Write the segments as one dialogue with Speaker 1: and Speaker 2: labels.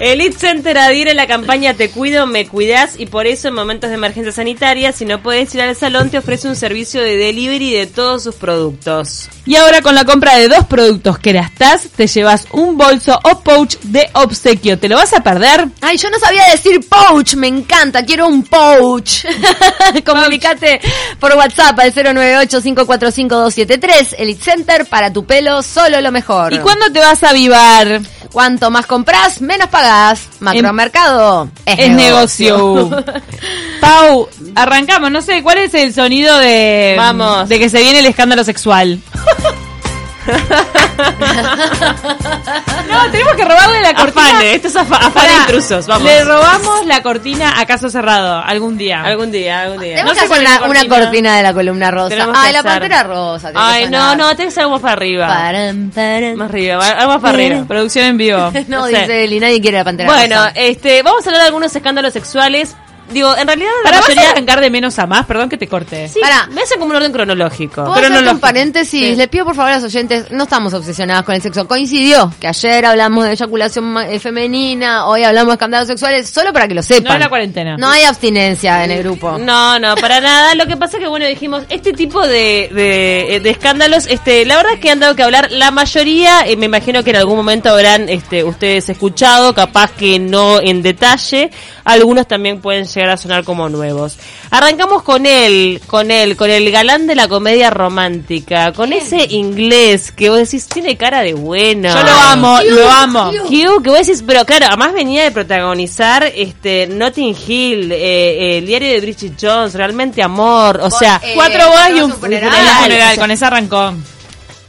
Speaker 1: El IT Center adhiere a la campaña Te cuido, me cuidas y por eso en momentos de emergencia sanitaria, si no puedes ir al salón, te ofrece un servicio de delivery de todos sus productos.
Speaker 2: Y ahora con la compra de dos productos que gastás, te llevas un bolso o pouch de obsequio. ¿Te lo vas a perder?
Speaker 3: Ay, yo no sabía decir pouch, me encanta, quiero un pouch. Comunicate por WhatsApp al 098-545-273, Elite Center, para tu pelo, solo lo mejor.
Speaker 2: ¿Y cuándo te vas a avivar?
Speaker 3: Cuanto más compras, menos pagás. Macromercado es,
Speaker 2: Es negocio. Pau, arrancamos. No sé, ¿cuál es el sonido de.
Speaker 1: Vamos.
Speaker 2: De que se viene el escándalo sexual. no, tenemos que robarle la cortina.
Speaker 1: Afán, eh, esto es afa- afán de
Speaker 2: Pará,
Speaker 1: intrusos, vamos.
Speaker 2: Le robamos la cortina a caso cerrado algún día.
Speaker 1: Algún día, algún día.
Speaker 3: Tenemos
Speaker 2: No sé
Speaker 3: que hacer
Speaker 2: cuál es la
Speaker 3: una, una
Speaker 2: cortina.
Speaker 3: cortina. de la columna rosa.
Speaker 1: Tenemos que
Speaker 3: Ay, la
Speaker 1: hacer.
Speaker 3: pantera rosa. tiene que
Speaker 1: Ay, no,
Speaker 3: sonar.
Speaker 1: no, tenés que ser algo más para arriba.
Speaker 3: Param, param.
Speaker 1: Más arriba, va- algo más para arriba.
Speaker 2: Producción en vivo.
Speaker 3: No,
Speaker 1: no sé.
Speaker 3: dice Eli, nadie quiere la pantera
Speaker 1: Bueno,
Speaker 3: rosa.
Speaker 1: este, vamos a hablar de algunos escándalos sexuales. Digo, en realidad la
Speaker 2: Para vas a
Speaker 1: mayoría...
Speaker 2: arrancar de menos a más, perdón que te corte.
Speaker 1: Sí,
Speaker 3: Pará.
Speaker 1: me hace como un orden cronológico.
Speaker 3: ¿Puedo
Speaker 2: pero no
Speaker 3: hacerte
Speaker 2: lo-
Speaker 3: un paréntesis?
Speaker 2: Sí.
Speaker 3: Les pido por favor a los oyentes, no estamos obsesionadas con el sexo. Coincidió que ayer hablamos de eyaculación ma- eh, femenina, hoy hablamos de escándalos sexuales, solo para que lo sepan.
Speaker 2: No es la cuarentena.
Speaker 3: No hay abstinencia en el grupo.
Speaker 1: No, no, para nada. Lo que pasa es que, bueno, dijimos, este tipo de, de, de escándalos, este, la verdad es que han dado que hablar. La mayoría, eh, me imagino que en algún momento habrán este, ustedes escuchado, capaz que no en detalle. Algunos también pueden llegar a sonar como nuevos. Arrancamos con él, con él, con el galán de la comedia romántica, con ese inglés que vos decís, tiene cara de bueno.
Speaker 2: Yo lo amo, lo amo.
Speaker 1: Hugh, que vos decís, pero claro, además venía de protagonizar este Notting Hill, eh, eh, el diario de Bridget Jones, realmente amor, o sea,
Speaker 3: eh,
Speaker 2: Cuatro bodas y un
Speaker 3: ¿no tenemos un
Speaker 2: y un
Speaker 1: funeral?
Speaker 2: funeral, con esa arrancó.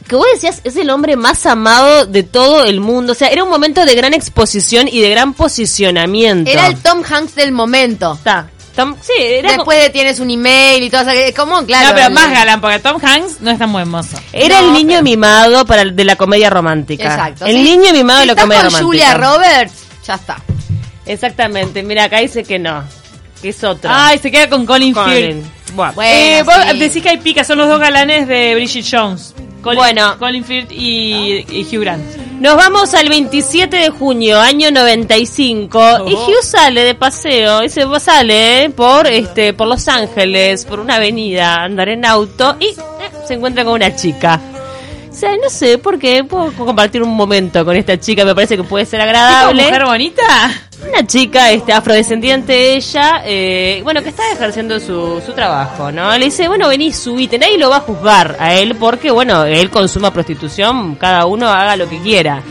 Speaker 1: que vos decías, es el hombre más amado de todo el mundo, o sea, era un momento de gran exposición y de gran posicionamiento.
Speaker 3: Era el Tom Hanks del momento.
Speaker 1: Está. Tom- sí, era como-
Speaker 3: Después de tienes un email y todas esas ¿Cómo? Claro.
Speaker 2: no, pero
Speaker 3: el-
Speaker 2: más galán, porque Tom Hanks no es tan buen mozo.
Speaker 1: Era
Speaker 3: No,
Speaker 1: el niño mimado para el- de la comedia romántica.
Speaker 3: Exacto.
Speaker 1: El
Speaker 3: sí.
Speaker 1: niño mimado
Speaker 3: Si
Speaker 1: de la
Speaker 3: estás
Speaker 1: comedia
Speaker 3: con
Speaker 1: romántica.
Speaker 3: Julia Roberts, ya está.
Speaker 1: Exactamente. Mira, acá dice que no. Que es otro.
Speaker 2: Ay, se queda con Colin,
Speaker 1: Colin.
Speaker 2: Firth.
Speaker 1: Buah.
Speaker 3: Bueno,
Speaker 2: eh, vos
Speaker 3: sí.
Speaker 2: decís que hay pica, son los dos galanes de Bridget Jones. Colin,
Speaker 1: Bueno.
Speaker 2: Colin Firth y, y Hugh Grant.
Speaker 1: Nos vamos al 27 de junio, año 95, y
Speaker 2: Ojo.
Speaker 1: Hugh sale de paseo, y se va- sale por este por Los Ángeles, por una avenida, andar en auto y eh, se encuentra con una chica. O sea, no sé por qué, puedo compartir un momento con esta chica, me parece que puede ser
Speaker 2: ¿Tipo
Speaker 1: agradable.
Speaker 2: mujer bonita?
Speaker 1: Una chica este, afrodescendiente ella, eh, bueno, que está ejerciendo su, su trabajo, ¿no? Le dice, bueno, vení, subite. Nadie lo va a juzgar a él porque, bueno, él consuma prostitución, cada uno haga lo que quiera.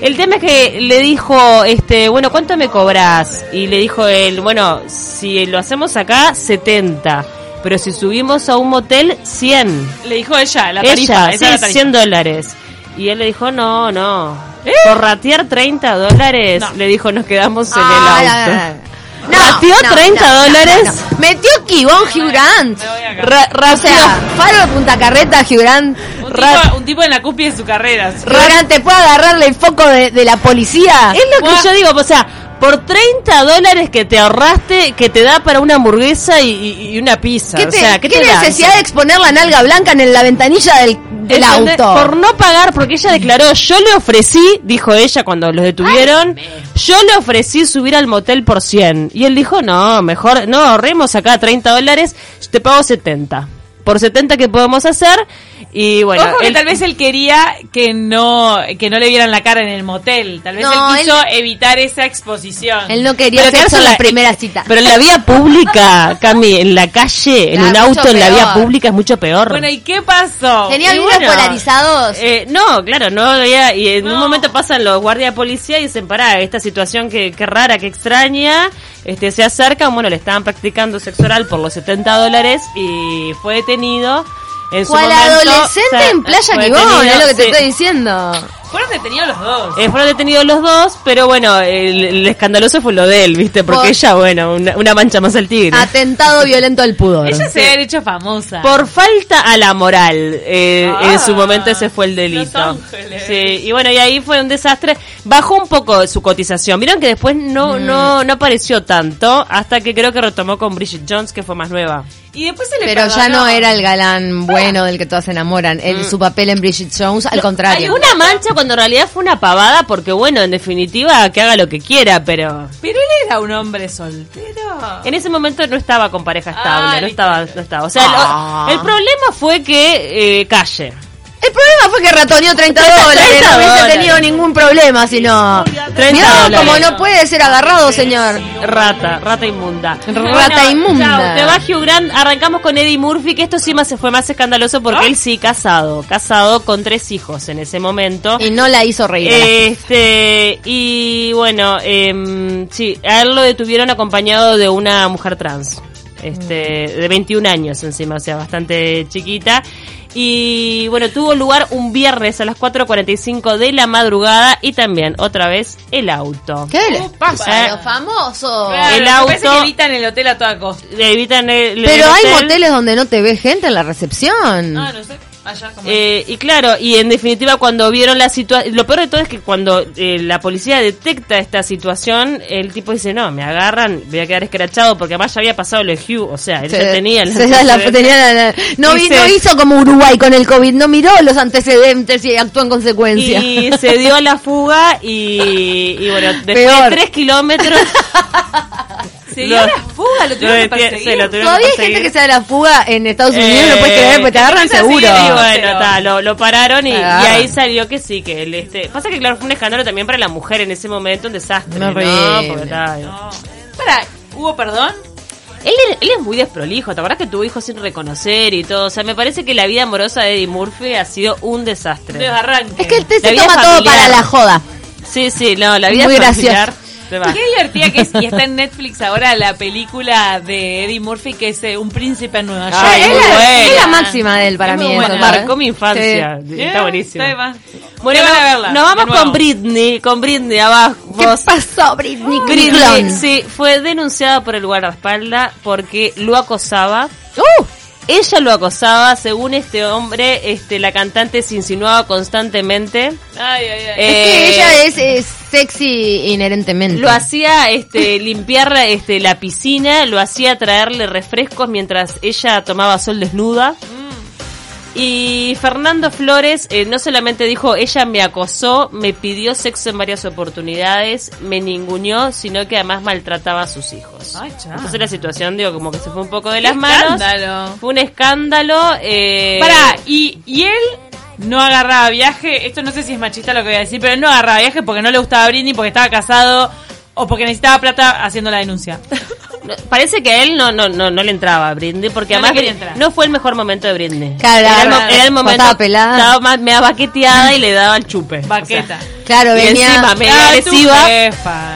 Speaker 1: El tema es que le dijo, este, bueno, ¿cuánto me cobras? Y le dijo él, bueno, si lo hacemos acá, 70. Pero si subimos a un motel, 100.
Speaker 2: Le dijo ella, la
Speaker 1: Ella,
Speaker 2: tarifa. esa es la
Speaker 1: sí,
Speaker 2: tarifa.
Speaker 1: 100 dólares. Y él le dijo, no, no.
Speaker 2: ¿Eh?
Speaker 1: Por ratear 30 dólares,
Speaker 2: No.
Speaker 1: le dijo, nos quedamos en el
Speaker 3: Ah,
Speaker 1: auto.
Speaker 3: no, no, no. No,
Speaker 1: Batió
Speaker 3: no,
Speaker 1: 30
Speaker 3: no, no,
Speaker 1: dólares.
Speaker 3: no. Metió Kibon Gigurant.
Speaker 2: Me voy acá.
Speaker 1: Ra-
Speaker 3: O sea, Faro de Punta Carreta Gigurant.
Speaker 2: Un
Speaker 1: Ra-
Speaker 2: tipo, un tipo en la cúspide de su carrera.
Speaker 3: Gigurant, ¿te puede agarrarle el foco de, de la policía?
Speaker 1: Es lo que
Speaker 2: Buah.
Speaker 1: yo digo, o sea, por 30 dólares que te ahorraste, que te da para una hamburguesa y, y- y una pizza.
Speaker 3: ¿Qué,
Speaker 1: o
Speaker 3: te-
Speaker 1: sea, ¿qué,
Speaker 3: qué
Speaker 1: te da?
Speaker 3: necesidad de exponer la nalga blanca en el- la ventanilla del, del
Speaker 1: ¿Entendés?
Speaker 3: auto?
Speaker 1: Por no pagar, porque ella declaró, yo le ofrecí, dijo ella cuando los detuvieron, yo le ofrecí subir al motel por 100. Y él dijo, no, mejor, no, ahorremos acá 30 dólares, yo te pago 70. Por 70 que podemos hacer. Y bueno,
Speaker 2: Ojo que
Speaker 1: él-
Speaker 2: tal vez él quería que no que no le vieran la cara en el motel. Tal vez
Speaker 3: No,
Speaker 2: él quiso evitar esa exposición.
Speaker 3: Él no quería
Speaker 1: Pero
Speaker 3: sexo
Speaker 1: quedarse
Speaker 3: en la
Speaker 1: la-
Speaker 3: primera cita.
Speaker 1: Pero en la vía pública, Cami, en la calle, en
Speaker 3: Claro,
Speaker 1: un
Speaker 3: mucho
Speaker 1: auto, en la vía
Speaker 3: peor.
Speaker 1: pública es mucho peor.
Speaker 2: Bueno, ¿y qué pasó?
Speaker 3: ¿Tenían
Speaker 1: Y
Speaker 3: unos
Speaker 1: bueno,
Speaker 3: polarizados?
Speaker 1: eh, no, claro, no había- Y en
Speaker 2: No.
Speaker 1: un momento pasan los guardias de policía y dicen, pará, esta situación que, que rara, que extraña. Este, se acercan, bueno, le estaban practicando sexo oral por los 70 dólares y fue detenido. En su
Speaker 3: ¿Cuál
Speaker 1: momento,
Speaker 3: adolescente
Speaker 1: o sea,
Speaker 3: en Playa
Speaker 1: fue
Speaker 3: Kibon?
Speaker 1: detenido,
Speaker 3: Es lo que te
Speaker 1: sí.
Speaker 3: estoy diciendo.
Speaker 2: Fueron detenidos los dos.
Speaker 1: Eh, fueron detenidos los dos, pero bueno, el, el escandaloso fue lo de él, ¿viste? Porque
Speaker 3: Por-
Speaker 1: ella, bueno, una, una mancha más al tigre.
Speaker 3: Atentado violento al pudor.
Speaker 2: Ella se había hecho famosa.
Speaker 1: Por falta a la moral, eh,
Speaker 2: Ah,
Speaker 1: en su momento ese fue el delito.
Speaker 2: Los Ángeles.
Speaker 1: Sí, y bueno, y ahí fue un desastre. Bajó un poco su cotización. Vieron que después no,
Speaker 2: Mm.
Speaker 1: no, no apareció tanto, hasta que creo que retomó con Bridget Jones, que fue más nueva.
Speaker 2: Y después se le
Speaker 3: Pero ya
Speaker 2: perdonó.
Speaker 3: no
Speaker 1: Mm.
Speaker 3: era el galán bueno del que todas se enamoran. El, Su papel en Bridget Jones, al
Speaker 1: Hay
Speaker 3: contrario.
Speaker 1: una mancha cuando en realidad fue una pavada porque, bueno, en definitiva, que haga lo que quiera, pero...
Speaker 2: Pero él era un hombre soltero.
Speaker 1: En ese momento no estaba con pareja estable,
Speaker 2: Ah,
Speaker 1: no
Speaker 2: listo.
Speaker 1: estaba, no estaba. O sea,
Speaker 3: Ah.
Speaker 1: el, el problema fue que eh, calle.
Speaker 3: El problema fue que ratoneó 30 dólares,
Speaker 1: 30
Speaker 3: no hubiese
Speaker 1: dólares.
Speaker 3: tenido ningún problema si no.
Speaker 1: 30
Speaker 3: Mirá
Speaker 1: dólares.
Speaker 3: como no puede ser agarrado, señor.
Speaker 1: Rata, rata inmunda.
Speaker 3: Rata inmunda.
Speaker 1: chao, te va Hugh Grant. Arrancamos con Eddie Murphy, que esto sí más, fue más escandaloso porque él sí casado. Casado con tres hijos en ese momento.
Speaker 3: Y no la hizo reír.
Speaker 1: Eh, Este, y bueno, em, sí, a él lo detuvieron acompañado de una mujer trans, este, de 21 años encima, o sea, bastante chiquita. Y bueno, tuvo lugar un viernes a las 4.45 de la madrugada y también otra vez el auto.
Speaker 3: ¿Qué les pasa?
Speaker 1: Eh.
Speaker 3: Los famosos.
Speaker 1: Claro, El
Speaker 2: el auto. Parece
Speaker 1: auto-
Speaker 2: que evitan el hotel a toda costa.
Speaker 1: Evitan el- el
Speaker 3: Pero hay
Speaker 1: hotel.
Speaker 3: moteles donde no te ve gente en la recepción.
Speaker 2: Ah,
Speaker 1: Ah,
Speaker 2: No, no sé. Allá como.
Speaker 1: Mm. Eh, y claro, y en definitiva cuando vieron la situación, lo peor de todo es que cuando eh, la policía detecta esta situación, el tipo dice, no, me agarran, voy a quedar escrachado porque además ya había pasado lo de Hugh, o sea, él
Speaker 3: Se-
Speaker 1: ya tenía el
Speaker 3: se da la- tenía la- la- no, vi-
Speaker 1: Dice-
Speaker 3: no hizo como Uruguay con el COVID, no miró los antecedentes y actuó en consecuencia.
Speaker 1: y se dio a la fuga y, y bueno, después
Speaker 3: Peor.
Speaker 1: de tres kilómetros...
Speaker 2: se dio
Speaker 1: lo-
Speaker 2: la fuga, lo tuvieron que
Speaker 1: deti-
Speaker 2: perseguir.
Speaker 1: se lo tuvieron
Speaker 3: Todavía hay
Speaker 1: perseguir.
Speaker 3: gente que se da la fuga en Estados Unidos, no
Speaker 1: Eh,
Speaker 3: puedes creer, pues te agarran
Speaker 2: empieza a seguir
Speaker 3: seguro.
Speaker 1: Y
Speaker 2: vivo.
Speaker 1: bueno,
Speaker 2: Pero-
Speaker 1: ta, lo, lo pararon y, y
Speaker 3: Agarran.
Speaker 1: ahí salió que sí, que él este. Pasa que claro, fue un escándalo también para la mujer en ese momento, un desastre, ¿no?
Speaker 3: Horrible.
Speaker 1: Porque, eh, ta,
Speaker 2: No. Pará, ¿hubo perdón?
Speaker 1: Él, era- él es muy desprolijo, ¿te acordás que tuvo hijos sin reconocer y todo? O sea, me parece que la vida amorosa de Eddie Murphy ha sido un desastre.
Speaker 2: Desarranque.
Speaker 3: Es que él te
Speaker 1: La
Speaker 3: se
Speaker 1: vida
Speaker 3: toma todo
Speaker 1: familiar.
Speaker 3: para la joda.
Speaker 1: Sí, sí, no, la vida
Speaker 3: Muy
Speaker 1: familiar
Speaker 3: gracioso.
Speaker 1: se va.
Speaker 2: Qué divertida que es. Y está en Netflix ahora la película de Eddie Murphy que es eh, Un príncipe en Nueva York.
Speaker 1: Ay,
Speaker 3: es,
Speaker 1: Ah, muy
Speaker 3: la, es
Speaker 1: buena.
Speaker 3: la máxima de él para
Speaker 2: Es
Speaker 3: mí.
Speaker 2: muy
Speaker 3: eso,
Speaker 2: buena.
Speaker 3: ¿sabes?
Speaker 1: Marcó mi infancia. Está buenísimo.
Speaker 2: Bueno, van a
Speaker 1: no- nos
Speaker 2: verla. de
Speaker 1: vamos
Speaker 2: nuevo.
Speaker 1: con Britney, con Britney abajo.
Speaker 3: ¿Qué pasó, Britney?
Speaker 1: Britney,
Speaker 3: Clon?
Speaker 1: sí, fue denunciada por el guardaespaldas porque lo acosaba.
Speaker 3: Uh,
Speaker 1: Ella lo acosaba, según este hombre, este la cantante se insinuaba constantemente.
Speaker 2: Ay, ay, ay.
Speaker 1: Eh,
Speaker 3: es que ella es, es sexy inherentemente.
Speaker 1: Lo hacía este, limpiar este, la piscina, lo hacía traerle refrescos mientras ella tomaba sol desnuda.
Speaker 2: Mm.
Speaker 1: Y Fernando Flores eh, no solamente dijo, ella me acosó, me pidió sexo en varias oportunidades, me ninguneó, sino que además maltrataba a sus hijos.
Speaker 2: Ay, chá.
Speaker 1: Entonces la situación, digo, como que se fue un poco de
Speaker 2: Qué
Speaker 1: las manos.
Speaker 2: escándalo.
Speaker 1: Fue un escándalo. Eh,
Speaker 2: Pará, y, y él no agarraba viaje. Esto no sé si es machista lo que voy a decir, pero él no agarraba viaje porque no le gustaba a Britney, porque estaba casado o porque necesitaba plata haciendo la denuncia.
Speaker 1: no, parece que a él no, no, no, no le entraba a Britney, porque
Speaker 2: No le
Speaker 1: además
Speaker 2: quería entrar.
Speaker 1: no fue el mejor momento de Britney.
Speaker 3: Claro,
Speaker 1: era, el, mo- era
Speaker 3: claro.
Speaker 1: el
Speaker 3: Cuando
Speaker 1: momento.
Speaker 3: estaba pelada.
Speaker 1: Estaba más, me baqueteada y le daba el chupe.
Speaker 2: Baqueta.
Speaker 3: Claro,
Speaker 1: O sea, y
Speaker 3: venía.
Speaker 1: encima me agresiva.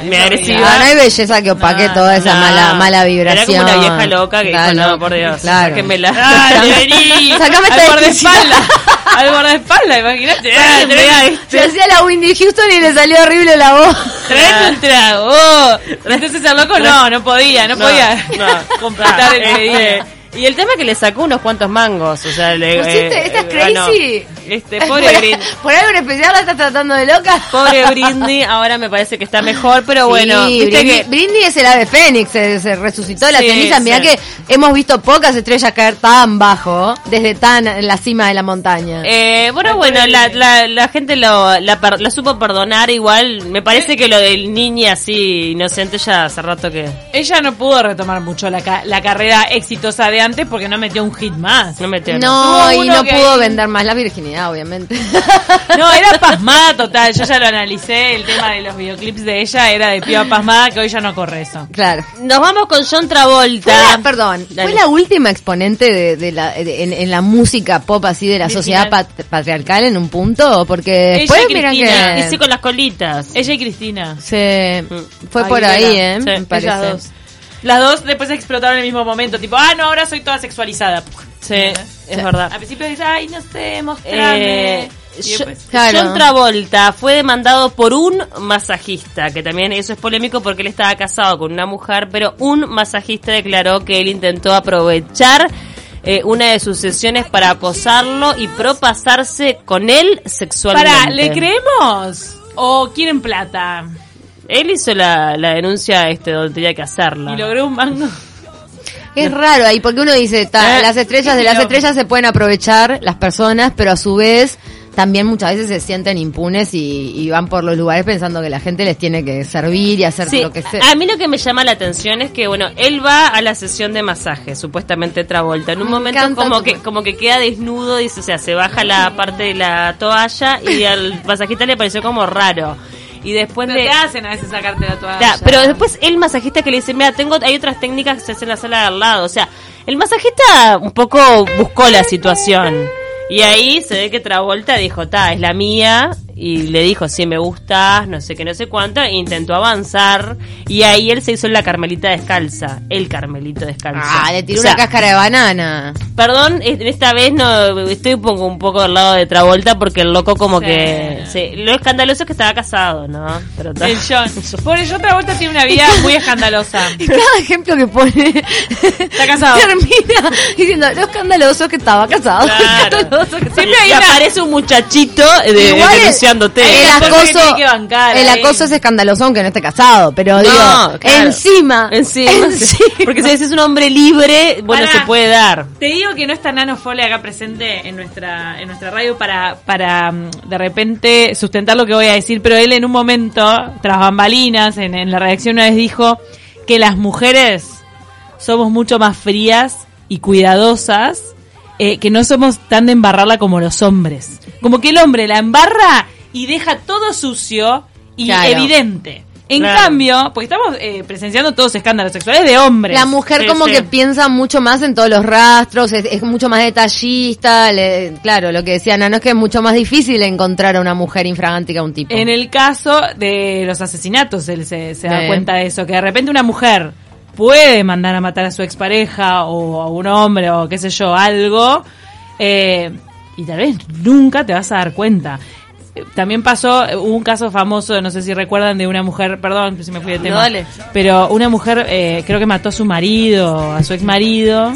Speaker 1: medio agresiva.
Speaker 3: Ah, no hay belleza que opaque
Speaker 2: No,
Speaker 3: toda esa
Speaker 1: no.
Speaker 3: mala, mala vibración.
Speaker 1: Era como una vieja loca que dijo,
Speaker 3: Claro.
Speaker 1: no, por Dios,
Speaker 3: Claro.
Speaker 1: sáquenmela.
Speaker 2: Dale, vení.
Speaker 3: Sacame esta
Speaker 2: Al
Speaker 3: vestida.
Speaker 2: guardaespaldas. Al guardaespaldas, imagínate. Ah,
Speaker 1: Sáquenme
Speaker 2: trae-
Speaker 1: a este.
Speaker 3: Se hacía la Windy Houston y le salió horrible la voz.
Speaker 2: Traete un trago. Oh. Entonces el loco no, no podía, no,
Speaker 1: No,
Speaker 2: podía
Speaker 1: no.
Speaker 2: completar el
Speaker 1: Este,
Speaker 2: pedido.
Speaker 1: Y el tema es que le sacó unos cuantos mangos, o sea, le...
Speaker 2: este,
Speaker 3: Pusiste, esta es
Speaker 1: Eh, ganó.
Speaker 3: crazy.
Speaker 1: Este, pobre Britney.
Speaker 3: Por algo en especial la estás tratando de loca.
Speaker 1: Pobre Britney, ahora me parece que está mejor, pero bueno,
Speaker 3: Sí,
Speaker 1: viste
Speaker 3: Britney,
Speaker 1: que...
Speaker 3: Britney es el ave fénix, se, se resucitó de las
Speaker 1: Sí,
Speaker 3: cenizas. Mirá
Speaker 1: sí.
Speaker 3: que hemos visto pocas estrellas caer tan bajo, desde tan en la cima de la montaña.
Speaker 1: Eh, bueno, bueno, la, la, la gente lo, la, per- la supo perdonar igual. Me parece que lo del niño así inocente ya hace rato que
Speaker 2: Ella no pudo retomar mucho la, ca- la carrera exitosa de antes porque no metió un hit más.
Speaker 1: no metió.
Speaker 3: no,
Speaker 2: Tuvo
Speaker 3: y
Speaker 2: uno
Speaker 3: no
Speaker 2: que-
Speaker 3: pudo vender más la virginidad, obviamente.
Speaker 2: No, era pasmada total. Yo ya lo analicé. El tema de los videoclips de ella era de piba pasmada que hoy ya no corre eso.
Speaker 3: claro.
Speaker 1: Nos vamos con John Travolta.
Speaker 3: Fue la- perdón,
Speaker 1: Dale.
Speaker 3: fue la última exponente de, de la, de- en, en la música pop así de la
Speaker 2: Virginal.
Speaker 3: sociedad pat- patriarcal en un punto, porque
Speaker 2: Ella y
Speaker 3: después miran
Speaker 2: Cristina,
Speaker 3: que...
Speaker 1: Y sí con las colitas.
Speaker 2: Ella y Cristina.
Speaker 3: se- fue
Speaker 2: Ay,
Speaker 3: por
Speaker 2: Vera.
Speaker 3: ahí, ¿eh?
Speaker 1: Sí,
Speaker 3: me
Speaker 1: ellas
Speaker 3: parece.
Speaker 2: Ellas dos. Las dos después explotaron en el mismo momento. Tipo, ah, no, ahora soy toda sexualizada.
Speaker 1: Sí,
Speaker 3: ¿eh?
Speaker 1: es verdad.
Speaker 2: Al principio dices, ay, no sé, mostrame.
Speaker 1: Eh,
Speaker 2: Y
Speaker 1: yo-
Speaker 2: después-
Speaker 3: Claro.
Speaker 1: John Travolta fue demandado por un masajista, que también eso es polémico porque él estaba casado con una mujer, pero un masajista declaró que él intentó aprovechar eh, una de sus sesiones para acosarlo y propasarse con él sexualmente.
Speaker 2: Pará, ¿le creemos? ¿O quieren plata?
Speaker 1: Él hizo la, la denuncia este donde tenía que hacerla.
Speaker 2: Y logré un mango.
Speaker 3: Es raro ahí, porque uno dice, ta,
Speaker 1: Eh,
Speaker 3: las estrellas, de las
Speaker 2: quilombo.
Speaker 3: estrellas se pueden aprovechar las personas, pero a su vez también muchas veces se sienten impunes y, y van por los lugares pensando que la gente les tiene que servir y hacer
Speaker 1: Sí,
Speaker 3: lo que sea.
Speaker 1: a mí lo que me llama la atención es que, bueno, él va a la sesión de masaje, supuestamente Travolta. En un
Speaker 3: Me
Speaker 1: momento
Speaker 3: encanta
Speaker 1: como
Speaker 3: su-
Speaker 1: que como que queda desnudo, dice, o sea, se baja la parte de la toalla y al masajista le pareció como raro. Y después
Speaker 2: Pero
Speaker 1: de...
Speaker 2: te hacen a veces sacarte la
Speaker 3: Ah,
Speaker 2: toalla.
Speaker 1: Ya, pero después el masajista que le dice, mira, tengo, hay otras técnicas que se hacen en la sala de al lado. O sea, el masajista un poco buscó la situación. Y ahí se ve que Travolta dijo, ta, es la mía. Y le dijo, sí, me gustas, no sé qué, no sé cuánto. E intentó avanzar. Y ahí él se hizo la carmelita descalza. El carmelito descalza.
Speaker 3: Ah, le tiró
Speaker 1: O sea,
Speaker 3: una cáscara de banana.
Speaker 1: Perdón, es- esta vez no estoy un poco, un poco del lado de Travolta porque el loco como
Speaker 2: Sí.
Speaker 1: que... sí, lo escandaloso es que estaba casado, ¿no? Pero ta.
Speaker 2: El John. Por el John Travolta tiene una vida muy escandalosa.
Speaker 3: Cada ejemplo que pone
Speaker 2: casado.
Speaker 3: termina diciendo lo escandaloso que estaba casado.
Speaker 1: Claro.
Speaker 3: Lo escandaloso que
Speaker 1: Siempre hay
Speaker 2: Y
Speaker 1: una-
Speaker 2: aparece
Speaker 1: un muchachito eh, de,
Speaker 3: Igual el-
Speaker 1: denunciándote.
Speaker 3: El
Speaker 2: Hay cosas que
Speaker 3: acoso,
Speaker 2: tiene que bancar,
Speaker 3: el
Speaker 2: ahí.
Speaker 3: acoso es escandaloso aunque no esté casado, pero
Speaker 1: No, claro.
Speaker 3: digo, encima,
Speaker 1: Encima.
Speaker 3: encima.
Speaker 1: Porque si es un hombre libre, bueno,
Speaker 2: Pará.
Speaker 1: se puede dar.
Speaker 2: Te digo que no está Nano Fole acá presente en nuestra, en nuestra radio para, para mm, de repente sustentar lo que voy a decir, pero él en un momento, tras bambalinas, en, en la redacción una vez dijo que las mujeres somos mucho más frías y cuidadosas, eh, que no somos tan de embarrarla como los hombres. Como que el hombre la embarra y deja todo sucio y
Speaker 3: Claro.
Speaker 2: evidente. En
Speaker 1: Claro.
Speaker 2: cambio, porque estamos eh, presenciando todos escándalos sexuales de hombres.
Speaker 3: La mujer
Speaker 1: Sí,
Speaker 3: como
Speaker 1: sí.
Speaker 3: que piensa mucho más en todos los rastros, es, es mucho más detallista, le- claro, lo que decía Nano es que es mucho más difícil encontrar a una mujer infragante que a un tipo.
Speaker 2: En el caso de los asesinatos, él se, se da
Speaker 3: Sí.
Speaker 2: cuenta de eso, que de repente una mujer puede mandar a matar a su expareja o a un hombre o qué sé yo, algo, eh, y tal vez nunca te vas a dar cuenta. Eh, También pasó eh, hubo un caso famoso, no sé si recuerdan, de una mujer, perdón si me fui de tema,
Speaker 1: dale.
Speaker 2: pero una mujer eh, creo que mató a su marido, a su ex marido,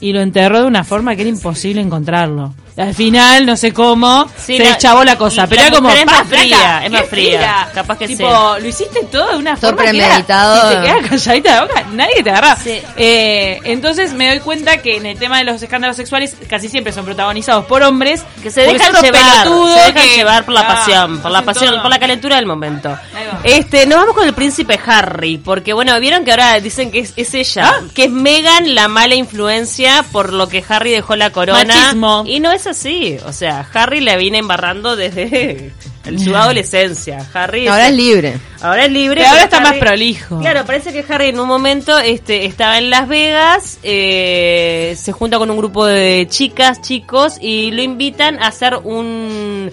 Speaker 2: y lo enterró de una forma que era imposible encontrarlo. Al final, no sé cómo,
Speaker 1: Sí,
Speaker 2: se
Speaker 1: la-
Speaker 2: echabó la cosa.
Speaker 1: la
Speaker 2: Pero era como.
Speaker 1: mujer es más
Speaker 2: "Pa, flaca,
Speaker 1: fría, es más
Speaker 2: qué
Speaker 1: fría, capaz que
Speaker 2: tipo,
Speaker 1: sea.
Speaker 2: lo hiciste todo de una
Speaker 3: Todo
Speaker 2: forma. que era-
Speaker 3: premeditado.
Speaker 2: si te quedas calladita de boca, nadie te agarra.
Speaker 1: Sí.
Speaker 2: Eh, entonces me doy cuenta que en el tema de los escándalos sexuales casi siempre son protagonizados por hombres.
Speaker 1: Que se
Speaker 2: porque
Speaker 1: dejan
Speaker 2: son unos
Speaker 1: llevar,
Speaker 2: pelotudos
Speaker 1: se dejan
Speaker 2: que-
Speaker 1: llevar por la
Speaker 2: Ah,
Speaker 1: pasión, por la
Speaker 2: hacen
Speaker 1: pasión,
Speaker 2: todo.
Speaker 1: por la calentura del momento.
Speaker 2: Ahí va.
Speaker 1: Este, nos vamos con el príncipe Harry, porque bueno, vieron que ahora dicen que es, es ella,
Speaker 2: Ah.
Speaker 1: que es Megan la mala influencia por lo que Harry dejó la corona.
Speaker 2: Machismo.
Speaker 1: Y no es así, o sea, Harry la viene embarrando desde el- su adolescencia. Harry
Speaker 3: Ahora
Speaker 1: es-
Speaker 3: es libre.
Speaker 1: Ahora es libre.
Speaker 2: Pero ahora
Speaker 1: pero
Speaker 2: está más prolijo.
Speaker 1: Claro, parece que Harry en un momento este, estaba en Las Vegas, eh, se junta con un grupo de chicas, chicos, y lo invitan a hacer un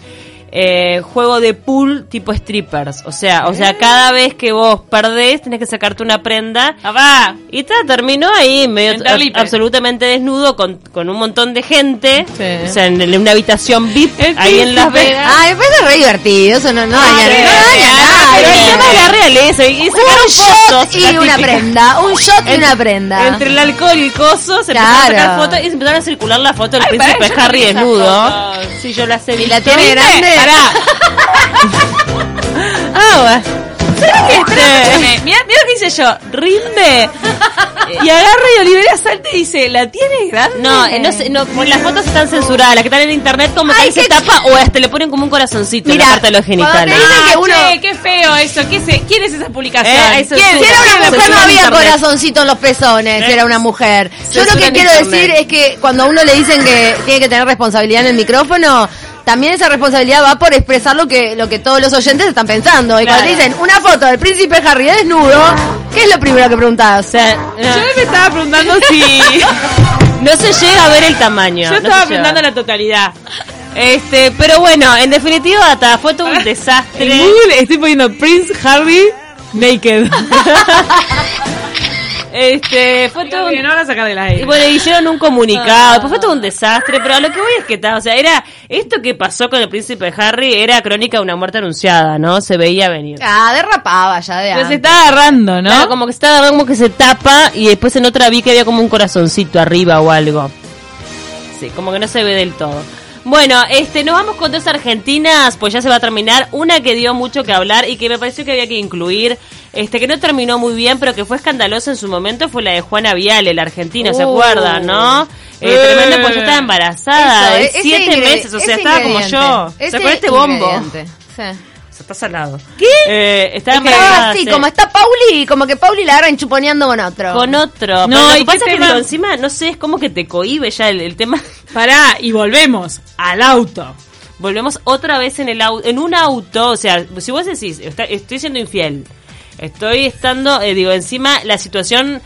Speaker 1: eh, juego de pool tipo strippers. O sea, o
Speaker 2: Ah.
Speaker 1: sea, cada vez que vos perdés, tenés que sacarte una prenda.
Speaker 2: Papá,
Speaker 1: Y ta, terminó ahí medio
Speaker 2: En Tarlipe.
Speaker 1: ab- absolutamente desnudo con, con un montón de gente. O
Speaker 3: Sí.
Speaker 1: sea, en, en una habitación VIP
Speaker 2: El
Speaker 1: ahí en Las
Speaker 2: príncipe.
Speaker 1: Vegas.
Speaker 3: Ah, me parece re divertido, eso no, no daña,
Speaker 1: Pero
Speaker 3: no daña a
Speaker 1: el tema de la
Speaker 3: nadie.
Speaker 1: realeza y sacaron
Speaker 3: Un shot
Speaker 1: fotos,
Speaker 3: y
Speaker 1: la
Speaker 3: una
Speaker 1: típica.
Speaker 3: prenda, un shot y una prenda.
Speaker 1: Entre el alcohol y el coso se empezaron a sacar
Speaker 3: Claro.
Speaker 1: fotos y se empezaron a circular la foto del
Speaker 2: Ay, pará,
Speaker 1: príncipe
Speaker 2: yo no
Speaker 1: Harry
Speaker 2: vi esas
Speaker 1: desnudo.
Speaker 2: fotos.
Speaker 1: Sí, yo las he
Speaker 3: ¿Y
Speaker 1: visto.
Speaker 3: la tiene
Speaker 1: ¿Viste?
Speaker 3: grande?
Speaker 1: Ah, bueno. Este,
Speaker 2: Mira, mira lo que hice yo. Rinde.
Speaker 1: Eh.
Speaker 2: Y agarra y Olivera salta y dice, ¿la tienes grande?
Speaker 1: No, eh, no, sé, no, porque las fotos están censuradas, las que están en internet como que
Speaker 3: Ay,
Speaker 1: ahí se
Speaker 3: qué-
Speaker 1: tapa o hasta le ponen como un corazoncito en
Speaker 3: Mirá,
Speaker 1: la parte de los
Speaker 3: cuando te
Speaker 1: genitales.
Speaker 3: dicen que uno-
Speaker 2: Ah, che, qué feo eso. ¿Qué se- ¿Quién es esa publicación?
Speaker 1: Eh, ahí se-
Speaker 2: ¿Quién?
Speaker 3: Si era una
Speaker 1: Se
Speaker 3: mujer no
Speaker 1: sube en
Speaker 3: había
Speaker 1: internet.
Speaker 3: corazoncito en los pezones,
Speaker 1: ¿Eh?
Speaker 3: era una mujer.
Speaker 1: Se
Speaker 3: Yo lo
Speaker 1: sube
Speaker 3: que
Speaker 1: en
Speaker 3: quiero
Speaker 1: internet.
Speaker 3: decir es que cuando a uno le dicen que tiene que tener responsabilidad en el micrófono, también esa responsabilidad va por expresar lo que, lo que todos los oyentes están pensando. Y cuando
Speaker 1: Claro.
Speaker 3: te dicen una foto del príncipe Harry desnudo, ¿qué es lo primero que preguntás?
Speaker 1: O sea,
Speaker 2: Yo
Speaker 1: no,
Speaker 2: me estaba preguntando si...
Speaker 1: no se llega a ver el tamaño.
Speaker 2: Yo
Speaker 1: no
Speaker 2: estaba
Speaker 1: se llega.
Speaker 2: brindando la totalidad.
Speaker 1: Este, pero bueno, en definitiva, ta, fue todo un desastre.
Speaker 2: En Google estoy poniendo Prince Harry naked.
Speaker 1: Este, fue todo un-
Speaker 2: no van a sacar de la
Speaker 1: y bueno, hicieron un comunicado, pues fue todo un desastre, pero a lo que voy es que está, o sea, era esto que pasó con el príncipe Harry era crónica de una muerte anunciada, ¿no? Se veía venir.
Speaker 3: Ah, derrapaba ya de
Speaker 2: Pero se
Speaker 3: antes.
Speaker 2: está agarrando, ¿no?
Speaker 1: Claro, como que estaba como que se tapa y después en otra vi que había como un corazoncito arriba o algo. Sí, como que no se ve del todo. Bueno, este, nos vamos con dos argentinas, pues ya se va a terminar. Una que dio mucho que hablar y que me pareció que había que incluir, este, que no terminó muy bien, pero que fue escandalosa en su momento, fue la de Juana Viale, la argentina, ¿se
Speaker 3: Uh.
Speaker 1: acuerdan, no? Eh,
Speaker 2: Eh.
Speaker 1: Tremendo, pues yo estaba embarazada
Speaker 3: Eso,
Speaker 1: de
Speaker 3: ese
Speaker 1: siete
Speaker 3: Este ingrediente-
Speaker 1: meses, o sea,
Speaker 3: ese
Speaker 1: estaba como
Speaker 3: ingrediente,
Speaker 1: yo. O sea,
Speaker 3: ese
Speaker 1: con este bombo. O
Speaker 3: ingrediente, sí.
Speaker 1: sea, está salado. ¿Qué? Eh, estaba
Speaker 3: Es que estaba
Speaker 1: embarazada.
Speaker 3: así,
Speaker 1: sí.
Speaker 3: como está Pauli, como que Pauli la agarran chuponeando con otro.
Speaker 1: Con otro. Pero
Speaker 2: No,
Speaker 1: lo
Speaker 2: ¿y
Speaker 1: que
Speaker 2: qué
Speaker 1: pasa es que
Speaker 2: tema?
Speaker 1: digo, encima, no sé, es como que te cohibe ya el, el tema.
Speaker 2: Pará, y volvemos al auto.
Speaker 1: Volvemos otra vez en el au- en un auto. O sea, si vos decís, está- estoy siendo infiel, estoy estando, eh, digo, encima la situación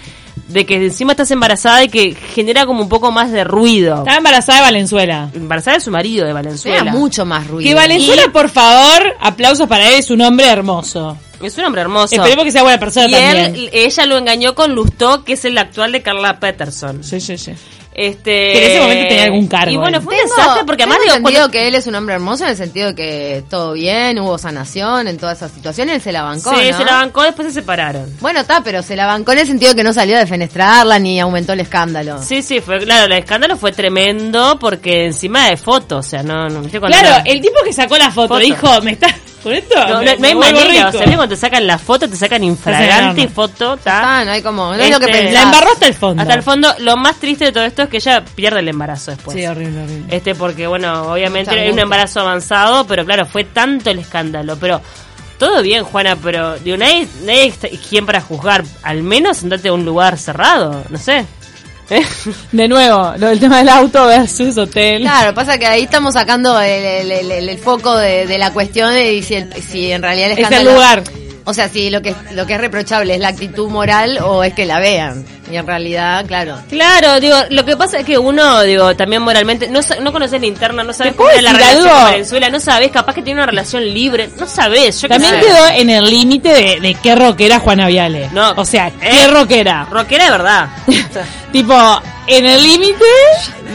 Speaker 1: de que encima estás embarazada y que genera como un poco más de ruido.
Speaker 2: Estaba embarazada de Valenzuela.
Speaker 1: Embarazada de su marido, de Valenzuela.
Speaker 3: Era mucho más ruido.
Speaker 2: Que Valenzuela, por favor, aplausos para él, es un hombre hermoso.
Speaker 1: Es un hombre hermoso.
Speaker 2: Esperemos que sea buena persona
Speaker 1: y
Speaker 2: también.
Speaker 1: él, ella lo engañó con Lustó, que es el actual de Carla Peterson.
Speaker 2: Sí, sí, sí.
Speaker 1: Este,
Speaker 2: Que en ese momento tenía algún cargo
Speaker 1: Y bueno,
Speaker 2: ahí.
Speaker 1: fue un desastre porque además
Speaker 3: tengo
Speaker 1: digo,
Speaker 3: entendido
Speaker 1: cuando-
Speaker 3: que él es un hombre hermoso en el sentido de que todo bien, hubo sanación en todas esas situaciones, él se la bancó,
Speaker 1: Sí,
Speaker 3: ¿no?
Speaker 1: se la bancó, después se separaron.
Speaker 3: Bueno, está, pero se la bancó en el sentido de que no salió a defenestrarla ni aumentó el escándalo.
Speaker 1: Sí, sí, fue claro, el escándalo fue tremendo porque encima de fotos, o sea, no, no, ¿viste cuando-
Speaker 2: Claro, el tipo que sacó la foto,
Speaker 1: Foto.
Speaker 2: dijo, ¿me estás con esto?
Speaker 1: no, no,
Speaker 2: me,
Speaker 1: no
Speaker 2: me
Speaker 1: hay manera,
Speaker 2: vuelvo
Speaker 1: o
Speaker 2: rico".
Speaker 1: sea, ¿viste cuando te sacan la foto, te sacan infragante y
Speaker 2: enorme.
Speaker 1: foto,
Speaker 3: Ya
Speaker 1: ta?
Speaker 3: está, no hay como, no es lo que
Speaker 1: Este,
Speaker 3: pensás.
Speaker 2: la embarró hasta el fondo.
Speaker 1: Hasta el fondo, pues. lo más triste de todo esto es que ella pierde el embarazo después.
Speaker 2: Sí, horrible, horrible.
Speaker 1: Este, porque bueno, obviamente
Speaker 3: Mucha
Speaker 1: era un
Speaker 3: angustia.
Speaker 1: embarazo avanzado, pero claro, fue tanto el escándalo. Pero todo bien, Juana, pero digo, nadie, nadie es quien para juzgar. Al menos sentate a un lugar cerrado, no sé. ¿Eh?
Speaker 2: De nuevo, lo del tema del auto versus hotel.
Speaker 3: Claro, pasa que ahí estamos sacando el, el- el- el- el foco de, de la cuestión y si, el- si en realidad
Speaker 2: Es
Speaker 3: el
Speaker 2: el
Speaker 3: escándalo...
Speaker 2: lugar.
Speaker 3: O sea, si lo que, es- lo que es reprochable es la actitud moral o es que la vean. Y en realidad, claro.
Speaker 1: Claro, digo, lo que pasa es que uno, digo, también moralmente, no, sa- no conoces la interna, no sabes
Speaker 2: ¿Te
Speaker 1: cómo
Speaker 2: puedo
Speaker 1: era la
Speaker 2: decir
Speaker 1: relación
Speaker 2: algo?
Speaker 1: con Valenzuela, no sabes, capaz que tiene una relación libre, no sabes, yo qué
Speaker 2: También
Speaker 1: sé.
Speaker 2: quedó en el límite de, de qué rockera Juana Viale.
Speaker 1: No.
Speaker 2: o sea,
Speaker 1: Eh.
Speaker 2: qué rockera.
Speaker 1: Rockera de verdad. O sea,
Speaker 2: Tipo, en el límite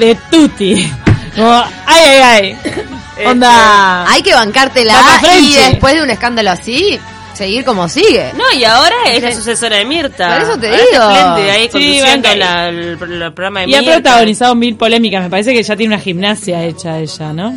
Speaker 2: de Tutti. Como, ay, ay,
Speaker 1: Eh,
Speaker 2: ay. Onda.
Speaker 3: Hay que
Speaker 2: Papa
Speaker 3: bancártela y
Speaker 2: French.
Speaker 3: después de un escándalo así, seguir como sigue.
Speaker 1: no, y ahora es la sucesora de Mirta.
Speaker 3: Por eso te
Speaker 1: Ahora está
Speaker 3: digo.
Speaker 1: Espléndida ahí
Speaker 2: Sí,
Speaker 1: conduciendo
Speaker 2: banca.
Speaker 1: la- el, el programa de
Speaker 2: Y ha
Speaker 1: Mirta.
Speaker 2: protagonizado mil polémicas. Me parece que ya tiene una gimnasia hecha ella, ¿no?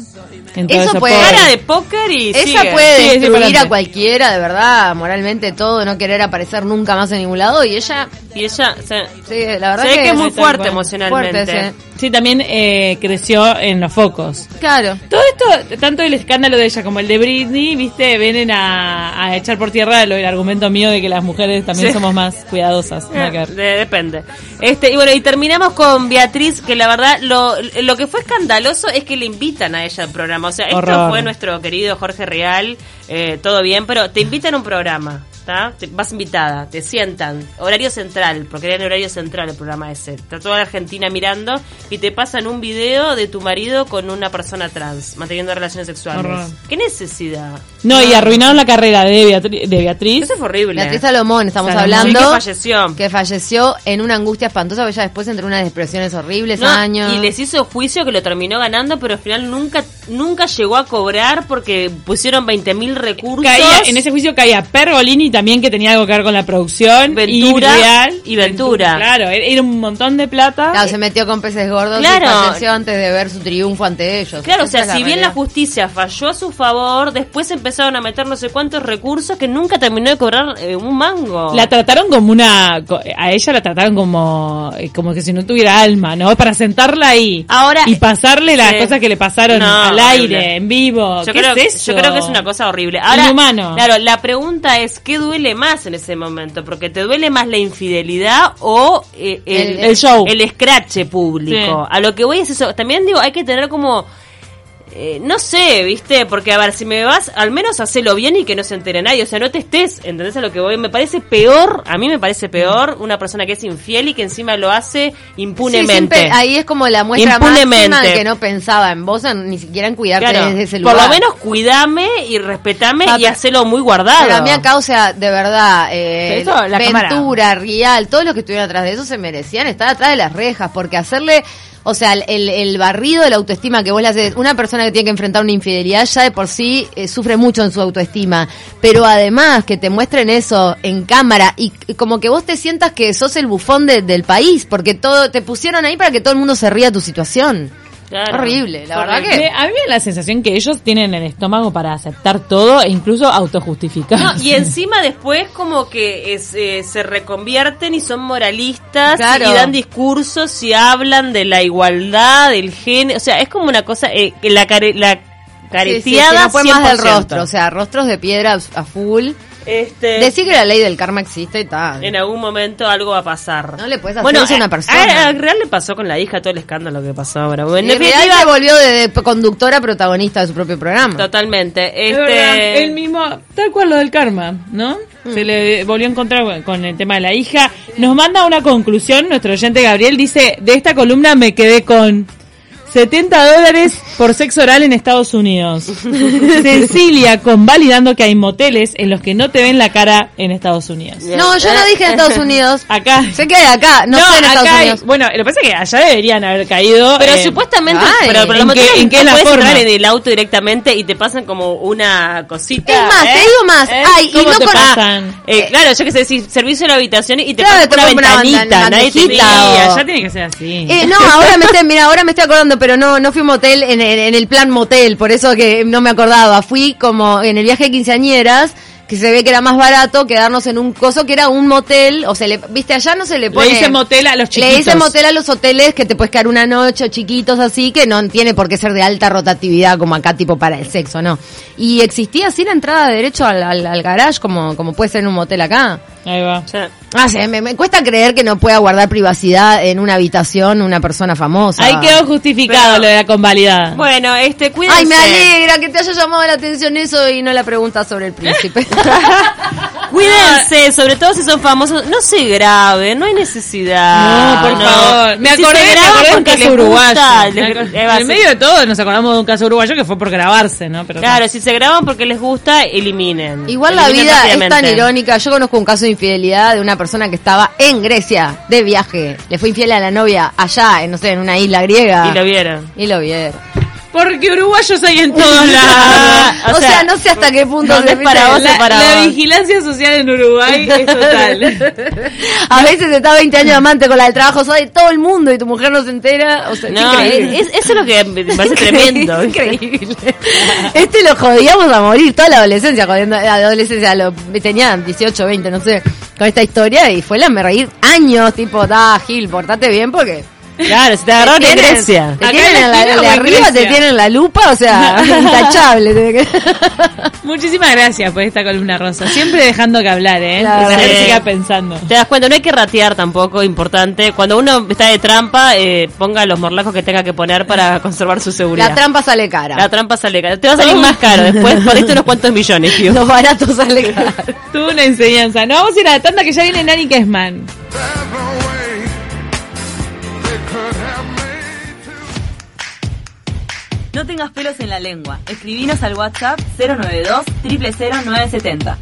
Speaker 2: En todo
Speaker 3: Eso
Speaker 2: ese
Speaker 3: puede-
Speaker 2: poder.
Speaker 1: Cara de póker y
Speaker 3: Esa
Speaker 1: sigue.
Speaker 3: puede
Speaker 2: Sí, sí,
Speaker 3: destruir
Speaker 2: pa'lante.
Speaker 3: a cualquiera, de verdad, moralmente todo, no querer aparecer nunca más en ningún lado y ella,
Speaker 1: Y ella, se,
Speaker 3: sí, la verdad
Speaker 1: se ve que es muy
Speaker 2: tal
Speaker 1: fuerte
Speaker 2: cual.
Speaker 1: emocionalmente.
Speaker 3: Fuerte,
Speaker 2: Sí, también eh, creció en los focos.
Speaker 3: Claro.
Speaker 2: Todo esto, tanto el escándalo de ella como el de Britney, viste, vienen a, a echar por tierra lo- el argumento mío de que las mujeres también
Speaker 1: Sí.
Speaker 2: somos más cuidadosas.
Speaker 1: Eh,
Speaker 2: Nada que ver.
Speaker 1: de- depende. Este, y bueno, y terminamos con Beatriz, que la verdad lo, lo que fue escandaloso es que le invitan a ella al programa. O sea, esto
Speaker 2: Horror.
Speaker 1: fue nuestro querido Jorge Real, eh, todo bien, pero te invitan a un programa, ¿está? Te- Vas invitada, te sientan, horario central, porque era en horario central el programa ese. Está toda la Argentina mirando y te pasan un video de tu marido con una persona trans, manteniendo relaciones sexuales.
Speaker 2: Horror.
Speaker 1: ¿Qué necesidad?
Speaker 2: No, y arruinaron la carrera de, Beatri- de Beatriz.
Speaker 1: Eso fue horrible. ¿eh?
Speaker 3: Beatriz Salomón, estamos
Speaker 2: Salomón.
Speaker 3: hablando.
Speaker 1: Sí, que falleció.
Speaker 3: Que falleció en una angustia espantosa, porque ella después entró en unas depresiones horribles,
Speaker 1: No,
Speaker 3: años.
Speaker 1: Y les hizo juicio que lo terminó ganando, pero al final nunca nunca llegó a cobrar porque pusieron 20 mil recursos.
Speaker 2: Caía, en ese juicio caía Pergolini también, que tenía algo que ver con la producción.
Speaker 1: Ventura
Speaker 2: y, Real,
Speaker 1: y Ventura.
Speaker 2: Claro, era era un montón de plata.
Speaker 3: Claro, se metió con peces gordos
Speaker 1: Claro.
Speaker 3: y falleció antes de ver su triunfo ante ellos.
Speaker 1: Claro, o sea,
Speaker 3: Esa es
Speaker 1: si bien la
Speaker 3: realidad.
Speaker 1: justicia falló a su favor, después empezaron a meter no sé cuántos recursos que nunca terminó de cobrar eh, un mango.
Speaker 2: La trataron como una. co- A ella la trataron como. eh, Como que si no tuviera alma, ¿no? Para sentarla ahí.
Speaker 1: Ahora-
Speaker 2: Y pasarle las
Speaker 1: Sí.
Speaker 2: cosas que le pasaron
Speaker 1: No,
Speaker 2: al
Speaker 1: horrible.
Speaker 2: aire, en vivo.
Speaker 1: yo
Speaker 2: ¿Qué
Speaker 1: creo,
Speaker 2: es eso?
Speaker 1: yo creo que es una cosa horrible. Ahora,
Speaker 2: Inhumano.
Speaker 1: Claro, la pregunta es, ¿qué duele más en ese momento? Porque te duele más la infidelidad o eh,
Speaker 3: El- El
Speaker 2: show.
Speaker 1: El escrache público.
Speaker 2: Sí.
Speaker 1: A lo que voy es eso. También digo, hay que tener como... eh, no sé, viste, porque a ver, si me vas, al menos hacelo bien y que no se entere nadie, o sea, no te estés, ¿entendés a lo que voy? Me parece peor, a mí me parece peor una persona que es infiel y que encima lo hace
Speaker 3: Sí,
Speaker 1: impunemente.
Speaker 3: siempre- ahí es como la muestra
Speaker 1: Impunemente.
Speaker 3: máxima de que no pensaba en vos, en- ni siquiera en cuidarte
Speaker 1: Claro.
Speaker 3: desde ese lugar.
Speaker 1: Por lo menos cuidame y respetame
Speaker 3: Ah,
Speaker 1: y
Speaker 3: pero-
Speaker 1: hacelo muy guardado.
Speaker 3: Pero a mí acá, o sea, de verdad, eh,
Speaker 2: Pero eso, la
Speaker 3: Ventura, Rial, todos los que estuvieron atrás de eso se merecían estar atrás de las rejas, porque hacerle, o sea, el- el, el barrido de la autoestima que vos le haces, una persona que tiene que enfrentar una infidelidad ya de por sí eh, sufre mucho en su autoestima, pero además que te muestren eso en cámara y, c- como que vos te sientas que sos el bufón de- del país, porque todo te pusieron ahí para que todo el mundo se ría de tu situación.
Speaker 1: Claro.
Speaker 3: Horrible, la verdad
Speaker 2: Me-
Speaker 3: que.
Speaker 2: a mí me da la sensación que ellos tienen el estómago para aceptar todo e incluso autojustificar.
Speaker 1: No, y encima después como que es, eh, se reconvierten y son moralistas
Speaker 3: Claro.
Speaker 1: y dan discursos y hablan de la igualdad, del género. O sea, es como una cosa, eh, que la, care- la
Speaker 3: Sí, sí,
Speaker 1: careteada
Speaker 3: se la fue más del
Speaker 1: 100%.
Speaker 3: rostro, o sea, rostros de piedra a full.
Speaker 1: Este,
Speaker 3: Decir que la ley del karma existe y tal.
Speaker 1: en algún momento algo va a pasar.
Speaker 3: No le puedes hacer
Speaker 1: bueno,
Speaker 3: eso a una
Speaker 1: a-
Speaker 3: persona.
Speaker 1: A, a Real le pasó con la hija todo el escándalo que pasó ahora. Bueno,
Speaker 3: En
Speaker 1: en
Speaker 3: realidad
Speaker 1: definitiva,
Speaker 3: se volvió de, de conductora protagonista de su propio programa.
Speaker 1: totalmente.
Speaker 2: Es verdad,
Speaker 1: Este,
Speaker 2: él mismo, tal cual lo del karma, ¿no? Se le volvió a encontrar con el tema de la hija. Nos manda una conclusión, nuestro oyente Gabriel dice, de esta columna me quedé con 70 dólares por sexo oral en Estados Unidos. Cecilia convalidando que hay moteles en los que no te ven la cara en Estados Unidos.
Speaker 3: No, yo no dije en Estados Unidos.
Speaker 2: Acá.
Speaker 3: Sé que hay acá, no, sé en
Speaker 2: acá
Speaker 3: Estados
Speaker 2: hay-
Speaker 3: Unidos.
Speaker 2: bueno, lo que pasa es que allá deberían haber caído.
Speaker 1: Pero
Speaker 2: en-
Speaker 1: supuestamente,
Speaker 3: ay,
Speaker 1: pero, pero
Speaker 2: ¿en
Speaker 1: lo
Speaker 2: qué-
Speaker 1: motivo es
Speaker 2: en
Speaker 1: que no
Speaker 2: qué la
Speaker 1: puedes
Speaker 2: forma?
Speaker 1: entrar en el auto directamente y te pasan como una cosita.
Speaker 3: Es más, te
Speaker 1: ¿eh?
Speaker 3: digo más.
Speaker 1: ¿Eh?
Speaker 3: Ay, y
Speaker 2: ¿Cómo
Speaker 3: no
Speaker 2: te
Speaker 3: con-
Speaker 2: pasan?
Speaker 1: Eh, claro, yo que sé, si servicio de la habitación y te claro,
Speaker 3: Claro, te
Speaker 1: una
Speaker 3: ponen una
Speaker 1: ventanita,
Speaker 3: bandana,
Speaker 1: nadie te
Speaker 3: bandejita
Speaker 1: mira.
Speaker 3: o-
Speaker 2: Sí, allá tiene que ser así.
Speaker 3: Eh, no, ahora me estoy, mira, ahora me estoy acordando, pero no, no fui a un motel en, el- en el plan motel, por eso que no me acordaba. Fui como en el viaje de quinceañeras, que se ve que era más barato quedarnos en un coso que era un motel, o sea, le, viste, allá no se le pone.
Speaker 2: dicen motel a los
Speaker 3: Le
Speaker 2: chiquitos.
Speaker 3: dicen motel a los hoteles que te puedes quedar una noche o chiquitos así, que no tiene por qué ser de alta rotatividad como acá, tipo para el sexo, no. Y existía así la entrada de derecho al, al, al garage, como, como puede ser en un motel acá.
Speaker 2: Ahí va.
Speaker 1: O sea,
Speaker 3: Ah, sí, me, me cuesta creer que no pueda guardar privacidad en una habitación una persona famosa.
Speaker 2: Ahí quedó justificado
Speaker 1: Pero-
Speaker 2: lo de la convalidada.
Speaker 1: Bueno, este, cuídense.
Speaker 3: Ay, me alegra que te haya llamado la atención eso y no la pregunta sobre el príncipe.
Speaker 1: Cuídense, sobre todo si son famosos. No se graben, no hay necesidad.
Speaker 2: No, por favor. Me acordé,
Speaker 1: si se
Speaker 2: me
Speaker 1: graban
Speaker 2: acordé de un
Speaker 1: porque les
Speaker 2: caso uruguayo.
Speaker 1: gusta,
Speaker 2: Me
Speaker 1: les-
Speaker 2: acor-
Speaker 1: eh, va,
Speaker 2: en
Speaker 1: sí.
Speaker 2: el medio de todo nos acordamos de un caso uruguayo que fue por grabarse, ¿no? Pero
Speaker 1: Claro, si se graban porque les gusta, eliminen.
Speaker 3: Igual la
Speaker 1: Eliminen
Speaker 3: vida es tan
Speaker 1: rápidamente.
Speaker 3: irónica. Yo conozco un caso de infidelidad de una persona que estaba en Grecia de viaje. Le fue infiel a la novia allá, en, no sé, en una isla griega.
Speaker 1: Y lo vieron.
Speaker 3: Y lo vieron.
Speaker 2: Porque uruguayos hay en todos lados.
Speaker 1: Ah, O
Speaker 3: O, sea,
Speaker 1: sea,
Speaker 3: no sé hasta qué punto
Speaker 1: ¿dónde
Speaker 3: se
Speaker 1: es para vos?
Speaker 2: La,
Speaker 1: Para
Speaker 2: la
Speaker 1: vos.
Speaker 2: vigilancia social en Uruguay es total.
Speaker 3: A veces está 20 años de amante con la del trabajo, sabe todo el mundo y tu mujer no se entera. O sea, es
Speaker 1: No,
Speaker 3: increíble.
Speaker 1: es- eso es lo que me parece tremendo. ¿viste?
Speaker 3: Increíble. Este lo jodíamos a morir toda la adolescencia, jodiendo, la adolescencia, lo, tenían 18, 20, no sé, con esta historia y fue la me reír años, tipo, da, Gil, portate bien porque...
Speaker 1: Claro, se Ah, te
Speaker 3: Te
Speaker 1: agarraron en
Speaker 3: tienen-
Speaker 1: Grecia.
Speaker 3: Te
Speaker 2: Acá
Speaker 3: tienen
Speaker 2: en la
Speaker 3: la-
Speaker 2: esquina
Speaker 3: de
Speaker 2: o en
Speaker 3: arriba te
Speaker 2: Grecia.
Speaker 3: tienen la lupa, o sea, intachable. tiene que-
Speaker 2: Muchísimas gracias por esta columna rosa. Siempre dejando que hablar, ¿eh?
Speaker 3: La
Speaker 2: La gente
Speaker 1: verdad.
Speaker 2: siga pensando.
Speaker 1: Te das cuenta, no hay que ratear tampoco, importante. Cuando uno está de trampa, eh, ponga los morlacos que tenga que poner para conservar su seguridad.
Speaker 3: La trampa sale cara.
Speaker 1: La trampa sale cara. Te va a salir más caro después. Perdiste unos cuantos millones, tío.
Speaker 3: Los baratos sale cara.
Speaker 2: Tuvo una enseñanza. No vamos a ir a la tanda que ya viene Nani Kesman.
Speaker 4: There's no way they could have made two.
Speaker 5: No tengas pelos en la lengua. Escribinos al WhatsApp 092 00970.